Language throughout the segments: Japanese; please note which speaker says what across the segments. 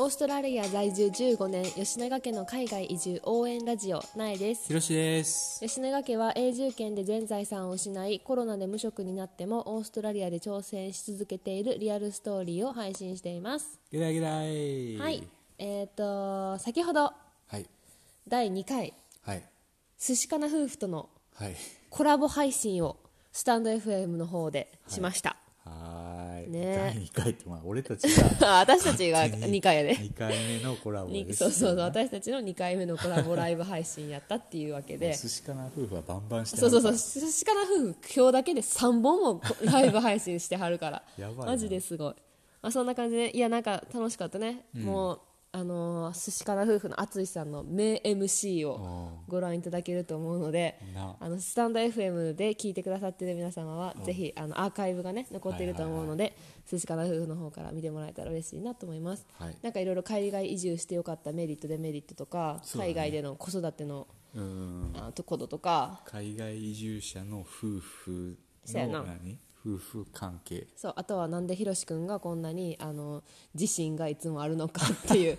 Speaker 1: オーストラリア在住15年吉永家の海外移住応援ラジオ苗です
Speaker 2: ひろしです。
Speaker 1: 吉永家は永住権で全財産を失いコロナで無職になってもオーストラリアで挑戦し続けているリアルストーリーを配信しています、
Speaker 2: ゲラゲラい。
Speaker 1: はい。えっ、と先ほど
Speaker 2: はい。
Speaker 1: 第2回
Speaker 2: はい。
Speaker 1: 寿司かな夫婦との
Speaker 2: はい。
Speaker 1: コラボ配信をスタンド FM の方でしました、
Speaker 2: はーい。
Speaker 1: ね
Speaker 2: 第2回って、まあ、俺たち が
Speaker 1: 私たちが2回やで、
Speaker 2: 2回目のコラボ
Speaker 1: に
Speaker 2: です。
Speaker 1: そうそうそう私たちの2回目のコラボライブ配信やったっていうわけで
Speaker 2: 寿司かな夫婦はバンバンして。
Speaker 1: そうそうそうう寿司かな夫婦今日だけで3本もこライブ配信してはるから
Speaker 2: やばいな
Speaker 1: マジですごい、まあ、そんな感じでいやなんか楽しかったね、もうあのー寿司かな夫婦の淳さんの名 MC をご覧いただけると思うので
Speaker 2: な
Speaker 1: あのスタンド FM で聞いてくださってる皆様はぜひあのアーカイブがね残っていると思うので、寿司かな夫婦の方から見てもらえたら嬉しいなと思います、
Speaker 2: はい
Speaker 1: なんかいろいろ海外移住してよかったメリットデメリットとか、
Speaker 2: そうだね
Speaker 1: 海外での子育ての
Speaker 2: うん。
Speaker 1: あとこととか
Speaker 2: 海外移住者の夫婦
Speaker 1: そうやな
Speaker 2: の何夫婦関係。
Speaker 1: そうあとはなんでひろし君がこんなにあの自信がいつもあるのかっていう っ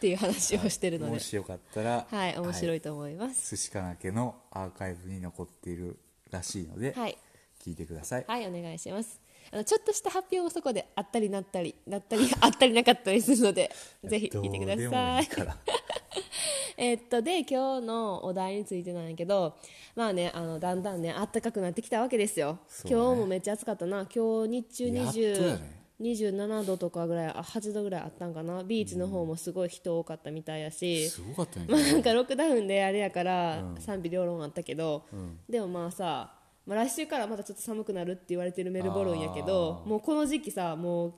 Speaker 1: ていう話をしてるので
Speaker 2: も、しよかったら、
Speaker 1: はい面白
Speaker 2: はい
Speaker 1: と思います。
Speaker 2: 寿司かな家のアーカイブに残っているらしいので、
Speaker 1: はい、
Speaker 2: 聞いてください。
Speaker 1: はい、お願いします。あのちょっとした発表もそこであったりなったりなったり あったりなかったりするので、ぜひ聞いてくだ
Speaker 2: どうでも
Speaker 1: さ
Speaker 2: いい
Speaker 1: い。
Speaker 2: から。
Speaker 1: えっとで今日のお題についてなんやけど、まあねあのだんだんね暖かくなってきたわけですよ。
Speaker 2: そうね
Speaker 1: 今日もめっちゃ暑かったな。今日日中
Speaker 2: や
Speaker 1: 二
Speaker 2: っとや
Speaker 1: 十
Speaker 2: ね
Speaker 1: 27度とかぐらいあ8度ぐらいあったんかなビーチの方もすごい人多かったみたいやし、
Speaker 2: すごかったね。
Speaker 1: まあなんかロックダウンであれやから賛否両論あったけど、でもまあさ、まあ、来週からまたちょっと寒くなるって言われてるメルボルンやけどもうこの時期さもう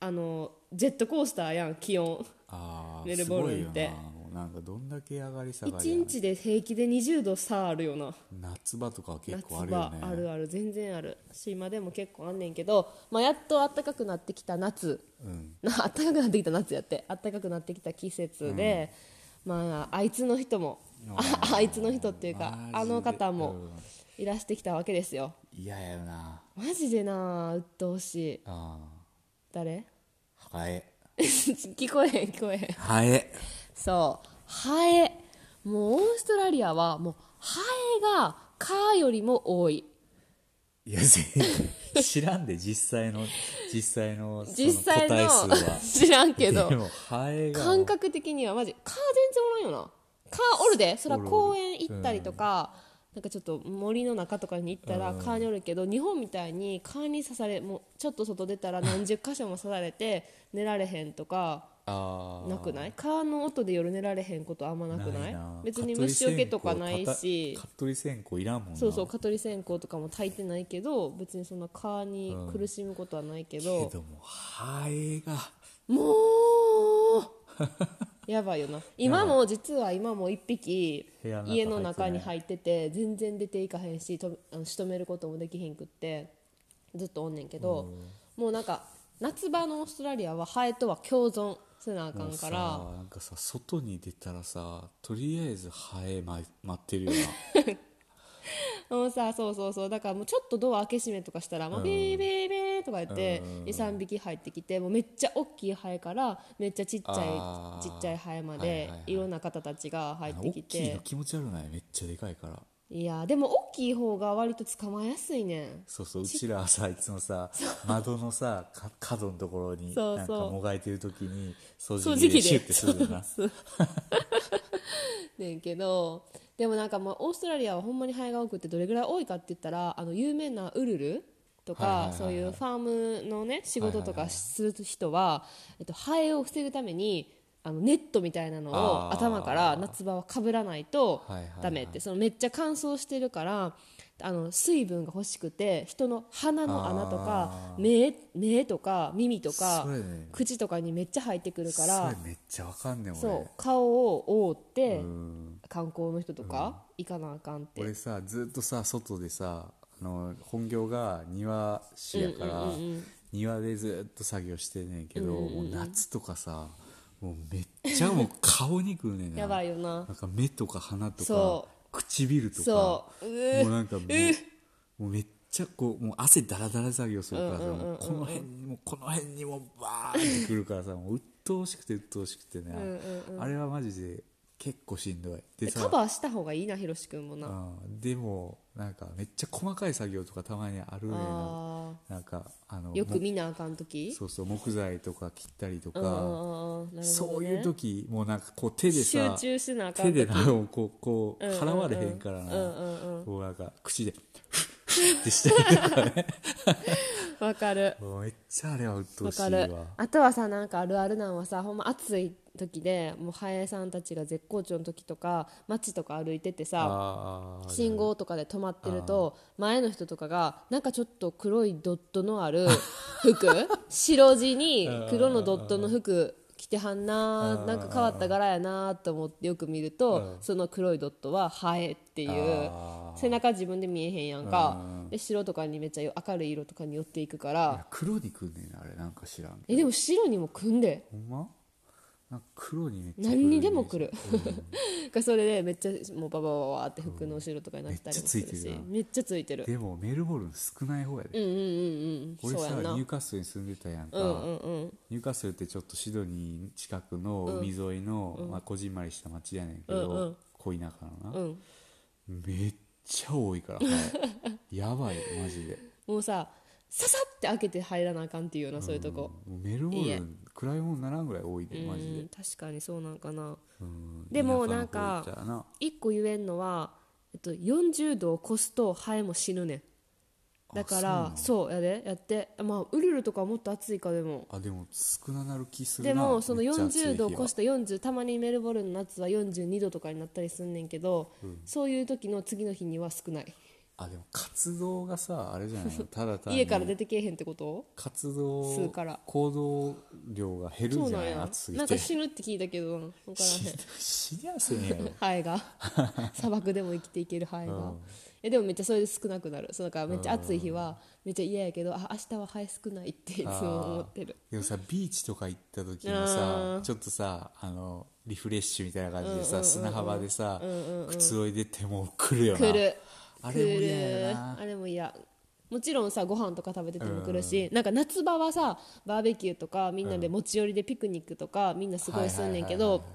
Speaker 1: あのジェットコースターやん気温
Speaker 2: あー
Speaker 1: メルボルンって
Speaker 2: すごいよなもうなんかどんだけ上がり下がり
Speaker 1: 1
Speaker 2: や
Speaker 1: 日で平気で20度差あるよな
Speaker 2: 夏場とかは結構
Speaker 1: 夏
Speaker 2: あるよ
Speaker 1: 場
Speaker 2: ね
Speaker 1: あるある全然あるし今でも結構あんねんけど、まあ、やっと暖かくなってきた夏
Speaker 2: うん、
Speaker 1: な 暖かくなってきた夏やって暖かくなってきた季節で、まああいつの人もああいつの人っていうか
Speaker 2: マジで
Speaker 1: あの方もいらしてきたわけですよ
Speaker 2: 嫌やよな
Speaker 1: マジでなあ鬱陶しい
Speaker 2: あ
Speaker 1: 誰
Speaker 2: ーハエ
Speaker 1: 聞こえへん聞こえへん
Speaker 2: ハエ
Speaker 1: そうハエもうオーストラリアはもうハエが蚊よりも多い
Speaker 2: いや全然 知らんで実際の実際のその
Speaker 1: 実際の
Speaker 2: 個体数は
Speaker 1: 知らんけど
Speaker 2: でもハエが
Speaker 1: 感覚的にはマジ蚊全然おらんよな蚊おるでそれは公園行ったりとか、なんかちょっと森の中とかに行ったら蚊におるけど、日本みたいに蚊に刺されもうちょっと外出たら何十箇所も刺されて寝られへんとか
Speaker 2: あー
Speaker 1: なくない蚊の音で夜寝られへんことあんまなくない
Speaker 2: な
Speaker 1: 別に虫除けとかないし
Speaker 2: 服部線香いらんもんな
Speaker 1: そうそう蚊取り線香とかも焚いてないけど別にそんな蚊に苦しむことはないけど、
Speaker 2: けどもハエが
Speaker 1: もうやばいよな今も実は今も一匹
Speaker 2: 部屋の中
Speaker 1: 家の中
Speaker 2: 入ってな
Speaker 1: に
Speaker 2: い
Speaker 1: 入ってて全然出ていかへんしとあの仕留めることもできへんくってずっとおんねんけどもうなんか夏場のオーストラリアはハエとは共存せなあかんか
Speaker 2: も
Speaker 1: ら
Speaker 2: うさなんかさ外に出たらさとりあえずハエま待ってるよ
Speaker 1: もうさそうそうそうだからもうちょっとドア開け閉めとかしたら、まあ、ビービービーとか言って23匹入ってきてもうめっちゃ大きいハエからめっちゃちっちゃ
Speaker 2: あ
Speaker 1: い
Speaker 2: ー
Speaker 1: ちっちゃいハエま
Speaker 2: はいは
Speaker 1: で
Speaker 2: いはい
Speaker 1: いろんな方たちが入
Speaker 2: な
Speaker 1: って
Speaker 2: 大
Speaker 1: きて。
Speaker 2: きいの気持ち悪ないめっちゃでかいから
Speaker 1: いやーでも大きい方が割と捕まえやすいねん
Speaker 2: そうそううちらはさいつもさ窓のさか角のところに
Speaker 1: そうそう
Speaker 2: なんかもがいてる時に掃
Speaker 1: 掃
Speaker 2: 除
Speaker 1: 除
Speaker 2: 機
Speaker 1: 機で
Speaker 2: でシュッてする よな
Speaker 1: ねんけどでもなんかもうオーストラリアはほんまにハエが多くてどれぐらい多いかって言ったらあの有名なウルルとか、
Speaker 2: はいはいはいはい
Speaker 1: そういうファームのね仕事とかする人は、えっと、ハエを防ぐためにあのネットみたいなのを
Speaker 2: あー
Speaker 1: 頭から夏場はかぶらないと
Speaker 2: はいはいはい
Speaker 1: ダメって、そのめっちゃ乾燥してるからあの水分が欲しくて人の鼻の穴とか
Speaker 2: あ
Speaker 1: 目目とか耳とか、
Speaker 2: そうやね
Speaker 1: 口とかにめっちゃ入ってくるか
Speaker 2: そ
Speaker 1: ら
Speaker 2: れめっちゃわかんねん
Speaker 1: そ
Speaker 2: 俺
Speaker 1: う顔を覆って
Speaker 2: ん
Speaker 1: 観光の人とか行かなあかんって、
Speaker 2: 俺さずっとさ外でさあの本業が庭師やから、庭でずっと作業してんねんけど、もう夏とかさもうめっちゃもう顔にくるねんな
Speaker 1: やばいよな
Speaker 2: なんか目とか鼻と
Speaker 1: そ
Speaker 2: か唇とか
Speaker 1: そううー
Speaker 2: もうなんかもう,、もうめっちゃこうもう汗だらだら作業するからさ、もうこの辺にもこの辺にもバーってくるからさもううっとうしくてうっとうしくてね、
Speaker 1: うんうんうん
Speaker 2: あれはマジで結構しんどいで
Speaker 1: でカバーした方がいいなひろし君もな、
Speaker 2: うん、でもなんかめっちゃ細かい作業とかたまにあるね
Speaker 1: あ
Speaker 2: なんかあの
Speaker 1: ーよく
Speaker 2: も
Speaker 1: 見なあかん時
Speaker 2: そうそう木材とか切ったりとか、
Speaker 1: うんうんうんなるほどね
Speaker 2: そういう時もうなんかこう手でさ
Speaker 1: 集中しなあかん
Speaker 2: 手
Speaker 1: 時
Speaker 2: でなもうこうこ
Speaker 1: う
Speaker 2: う
Speaker 1: んうんうん
Speaker 2: 払われへんからな、
Speaker 1: うんうんうん
Speaker 2: こうなんか口でってしたりとかね
Speaker 1: わかる
Speaker 2: もうめっちゃあれは鬱陶
Speaker 1: わ
Speaker 2: しいわ
Speaker 1: かるあとはさなんかあるあるなんはさほんま暑い時でもうハエさんたちが絶好調の時とか街とか歩いててさ
Speaker 2: あー
Speaker 1: 信号とかで止まってると前の人とかがなんかちょっと黒いドットの ある服白地に黒のドットの服着てはんななんか変わった柄やなと思ってよく見るとその黒いドットはハエっていう
Speaker 2: あー
Speaker 1: 背中自分で見えへんやんかで白とかにめっちゃ明るい色とかに寄っていくから
Speaker 2: 黒にくんねんなあれなんか知らんけど
Speaker 1: えでも白にも組ん で
Speaker 2: ほんまなんか黒にめっちゃ来る
Speaker 1: 何にでも来る
Speaker 2: イメージ、
Speaker 1: がそれでめっちゃもうバババババって服の後ろとかになったりもするし、
Speaker 2: うん
Speaker 1: めっちゃついてる
Speaker 2: うんでもメルボルン少ない方や
Speaker 1: う
Speaker 2: で、
Speaker 1: んうんうんうん
Speaker 2: 俺
Speaker 1: そう
Speaker 2: さ
Speaker 1: やん
Speaker 2: ニ
Speaker 1: な
Speaker 2: ューカッスルに住んでたやんか、
Speaker 1: うんうんうん
Speaker 2: ニューカッスルってちょっとシドニー近くの海沿いの、まあ、こじんまりした町やねんけど、
Speaker 1: うんうん
Speaker 2: 恋田舎のな、
Speaker 1: うん
Speaker 2: めっちゃ多いから、 はい、やばいマジで
Speaker 1: もうさささって開けて入らなあかんっていうようなそういうとこ、
Speaker 2: もうメルボ
Speaker 1: いい
Speaker 2: ル
Speaker 1: え
Speaker 2: ン暗いもんならんぐらい多いで
Speaker 1: うん、
Speaker 2: マジで、
Speaker 1: 確かにそうなんかな
Speaker 2: うん
Speaker 1: でも
Speaker 2: 田舎の方行ったらな
Speaker 1: 一個言えんのは、えっと、40度を超すとハエも死ぬねんだから
Speaker 2: あ
Speaker 1: そうやでやってまあウルルとかはもっと暑いかでも
Speaker 2: あでも少ななる気するな
Speaker 1: でもその
Speaker 2: めっちゃ暑い日は
Speaker 1: 40度を越した40たまにメルボルンの夏は42度とかになったりすんねんけど、そういう時の次の日には少ない
Speaker 2: あでも活動がさあれじゃな いのただ単に
Speaker 1: 家から出てけえへんってこと
Speaker 2: 活
Speaker 1: 吸
Speaker 2: 動
Speaker 1: うから
Speaker 2: 行動量が減る
Speaker 1: そ
Speaker 2: ん
Speaker 1: う
Speaker 2: じゃ
Speaker 1: なん
Speaker 2: ない
Speaker 1: や
Speaker 2: 暑すぎ
Speaker 1: なん
Speaker 2: て
Speaker 1: か死ぬって聞いたけど分からへん
Speaker 2: 死にやすいんやろ
Speaker 1: ハエが砂漠でも生きていけるハエが、
Speaker 2: うん
Speaker 1: えでもめっちゃそれで少なくなるそうだからめっちゃ暑い日はめっちゃ嫌やけどあ明日はハエ少ない っていつも思ってる
Speaker 2: でもさビーチとか行った時もさ
Speaker 1: うん
Speaker 2: ちょっとさあのリフレッシュみたいな感じでさ砂浜でさくつろいでても来るよな
Speaker 1: 来る
Speaker 2: あれも
Speaker 1: 来る
Speaker 2: 嫌やな
Speaker 1: あれも嫌もちろんさご飯とか食べてても来るし、なんか夏場はさバーベキューとかみんなで持ち寄りでピクニックとかみんなすごいすんねんけ
Speaker 2: はいはい
Speaker 1: ど
Speaker 2: はいはい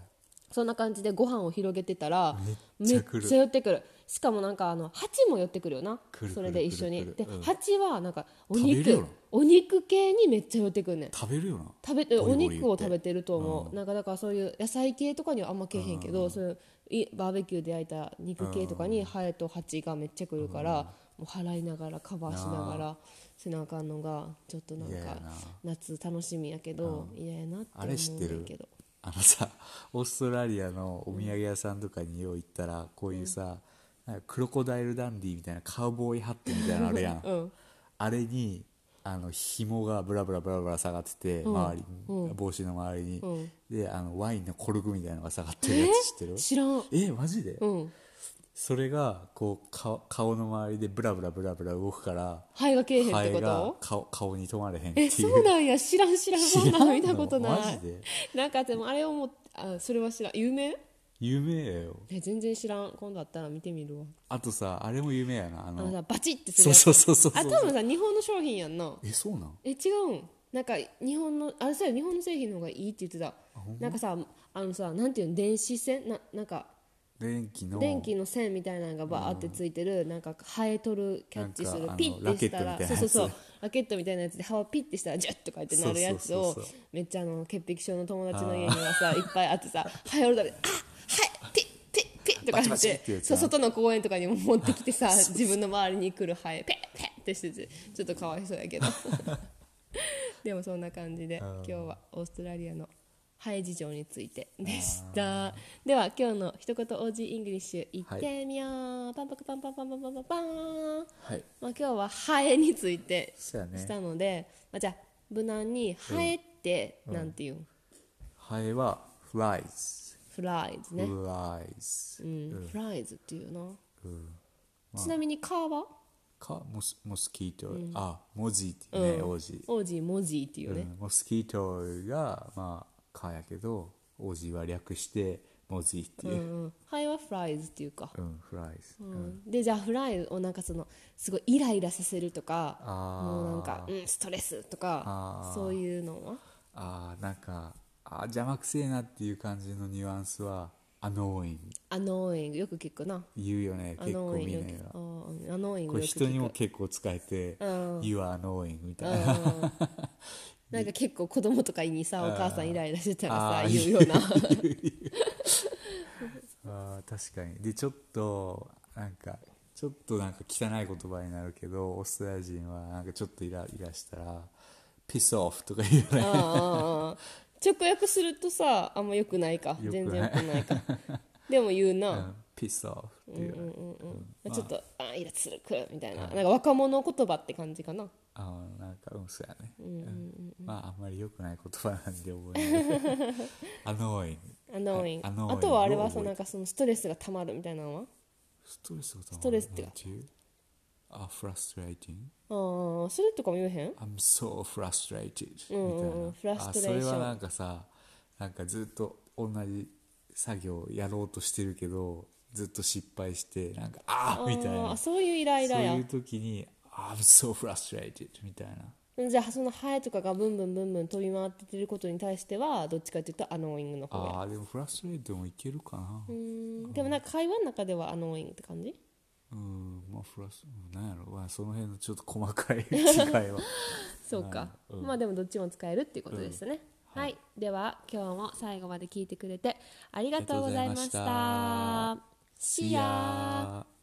Speaker 1: そんな感じでご飯を広げてたら
Speaker 2: めっちゃ来る
Speaker 1: めっちゃ寄ってくるしかもなんかあの蜂も寄ってくるよな
Speaker 2: 来る
Speaker 1: それで一緒に
Speaker 2: 来る来る
Speaker 1: で、
Speaker 2: 来るうん
Speaker 1: 蜂はなんかお
Speaker 2: 食べるよ
Speaker 1: 肉
Speaker 2: な
Speaker 1: お肉系にめっちゃ寄ってくるねん
Speaker 2: 食べるよな
Speaker 1: 食べて
Speaker 2: ゴリ
Speaker 1: お
Speaker 2: ゴリ言って
Speaker 1: 肉を食べてると思う、なんかだからそういう野菜系とかにはあんまけえへんけど、そういういバーベキューで焼いた肉系とかにハエとハチがめっちゃくるから、もう払いながらカバーしながら背中あかんのがちょっとなん
Speaker 2: 嫌や
Speaker 1: か
Speaker 2: な
Speaker 1: 夏楽しみやけど嫌やなって思
Speaker 2: あれ知
Speaker 1: う
Speaker 2: って
Speaker 1: ん
Speaker 2: る
Speaker 1: だけど
Speaker 2: あのさ オーストラリアのお土産屋さんとかによう行ったらこういうさ、なんかクロコダイルダンディみたいなカウボーイハットみたいなのあるやん、
Speaker 1: うん
Speaker 2: あれにあの紐がブラブラブラブラ下がってて、周りに帽子の周りに、
Speaker 1: うん
Speaker 2: であのワインのコルクみたいなのが下がってるやつ知ってる
Speaker 1: 知らん
Speaker 2: えマジで、
Speaker 1: うん
Speaker 2: それがこうか顔の周りでブラブラブラブラ動くから
Speaker 1: ハエがけえへんっ
Speaker 2: ハ
Speaker 1: て
Speaker 2: エ
Speaker 1: こ
Speaker 2: が
Speaker 1: と
Speaker 2: 顔顔に止まれ へんってい
Speaker 1: え
Speaker 2: う
Speaker 1: そうなんや知らん知らんそんな
Speaker 2: 知らん
Speaker 1: の
Speaker 2: の
Speaker 1: 見たことない
Speaker 2: マジで
Speaker 1: なんかでもあれをもあそれは知らん有名
Speaker 2: 夢やよ
Speaker 1: え全然知らん今度あったら見てみるわ
Speaker 2: あとさあれも夢やなあ
Speaker 1: あ
Speaker 2: の
Speaker 1: のさバチってする
Speaker 2: そう
Speaker 1: やつ
Speaker 2: そうそうそ
Speaker 1: あ
Speaker 2: う
Speaker 1: 多分さ日本の商品やんな
Speaker 2: えそうなん
Speaker 1: え違うんなんか日本のあれさ日本の製品の方がいいって言ってたなんかさあのさなんていうの電子線ななんか
Speaker 2: 電気の
Speaker 1: 電気の線みたいなのがバーってついてる、なんかハエ取るキャッチす
Speaker 2: なん
Speaker 1: る
Speaker 2: かあの
Speaker 1: ピッてした
Speaker 2: ラ
Speaker 1: ら
Speaker 2: ケットみたいなや
Speaker 1: そ
Speaker 2: つ
Speaker 1: うそうそうラケットみたいなやつで歯をピッてしたらジュッとかってなるやつ
Speaker 2: そうそう
Speaker 1: を
Speaker 2: そうそう
Speaker 1: めっちゃあの潔癖症の友達の家にはさいっぱいあってさハエおるたびにあハエピッピッピッとか
Speaker 2: バチバ
Speaker 1: っ
Speaker 2: チって
Speaker 1: て
Speaker 2: やつ
Speaker 1: そ
Speaker 2: な
Speaker 1: う外の公園とかにも持ってきてさ自分の周りに来るハエペッペッってしててちょっとかわいそうやけどでもそんな感じで今日はオーストラリアのハエ事情についてでしたでは今日の一言 OG イングリッシュいってみよう、パンパクパンパンパンパンパンパンパン、
Speaker 2: はい
Speaker 1: まあ、今日はハエについて
Speaker 2: そうやね
Speaker 1: したので、まあ、じゃあ無難にハエってなんていうん、
Speaker 2: ハエはフライズ
Speaker 1: フライズね、
Speaker 2: フライズ
Speaker 1: うんフライズっていうな、ちなみに蚊は
Speaker 2: かモスモスキートあモジーっていうね王子
Speaker 1: オージーモジーっていうね、
Speaker 2: うんモスキートがまあ蚊やけど王子は略してモジーって
Speaker 1: う
Speaker 2: い
Speaker 1: ん
Speaker 2: う
Speaker 1: うん、ハエはフライズっていうか、
Speaker 2: うんフライズ
Speaker 1: うんでじゃあフライをなんかそのすごいイライラさせるとか
Speaker 2: あー
Speaker 1: もうなんか、うん、ストレスとか
Speaker 2: あー
Speaker 1: そういうのは
Speaker 2: あーなんかあー邪魔くせえなっていう感じのニュアンスはアノーイン
Speaker 1: アノーイングよく聞くな
Speaker 2: 言うよね
Speaker 1: ア
Speaker 2: 結
Speaker 1: ノ
Speaker 2: 構
Speaker 1: ーイン
Speaker 2: み
Speaker 1: グよ
Speaker 2: ん
Speaker 1: く
Speaker 2: な
Speaker 1: 聞
Speaker 2: が
Speaker 1: くあーうんアノーイン
Speaker 2: こ
Speaker 1: グ
Speaker 2: れ
Speaker 1: よく聞く
Speaker 2: 人にも結構使えて
Speaker 1: うん
Speaker 2: 「You are knowing」みたいな
Speaker 1: うんなんか結構子供とかにさお母さんイライラしてたら
Speaker 2: あ
Speaker 1: さ
Speaker 2: ー
Speaker 1: 言うよ うな
Speaker 2: あー確かにでちょっとなんかちょっとなんか汚い言葉になるけどオーストラリア人はなんかちょっとイライラしたら「ピスオフ」とか言うよね
Speaker 1: あー直訳するとさあんまよくないか
Speaker 2: 良くない
Speaker 1: 全然よくないかでも言うな、
Speaker 2: 「ピスオフ」っていう、
Speaker 1: まあちょっとあーイラつるくみたいななんか若者言葉って感じかな
Speaker 2: あーなんかうんそうやね、うんまああんまり良くない言葉な んで覚えないけど「アノーイン」
Speaker 1: アノーイン
Speaker 2: あ annoying
Speaker 1: あとはあれはさ
Speaker 2: を覚
Speaker 1: な
Speaker 2: えて
Speaker 1: んかそのストレスがたまるみたいなのは
Speaker 2: ストレスがたまる
Speaker 1: ストレスってか
Speaker 2: なんていうあ、フラストレーティング
Speaker 1: あーそれとかも言えへん
Speaker 2: I'm so frustrated み
Speaker 1: うんうんうん
Speaker 2: たいなあ
Speaker 1: frustration
Speaker 2: それはなんかさなんかずっと同じ作業をやろうとしてるけどずっと失敗してなんかああみたい
Speaker 1: あ
Speaker 2: な
Speaker 1: ー
Speaker 2: そ
Speaker 1: そういうイラ
Speaker 2: う
Speaker 1: イラや
Speaker 2: いう時に I'm so frustrated みたいな
Speaker 1: じゃあそのハエとかがブンブンブンブン飛び回ってることに対してはどっちかっていうとアノーイングの方や
Speaker 2: ああでも frustrated もいけるかなう
Speaker 1: うんんでもなんか会話の中ではアノーイングって感じ
Speaker 2: まあフラスなんやろまあその辺のちょっと細かい 違いは
Speaker 1: そうか、まあでもどっちも使えるっていうことですね、はい、では今日も最後まで聞いてくれてありがとうございました
Speaker 2: ありがとうございました
Speaker 1: See ya!
Speaker 2: See ya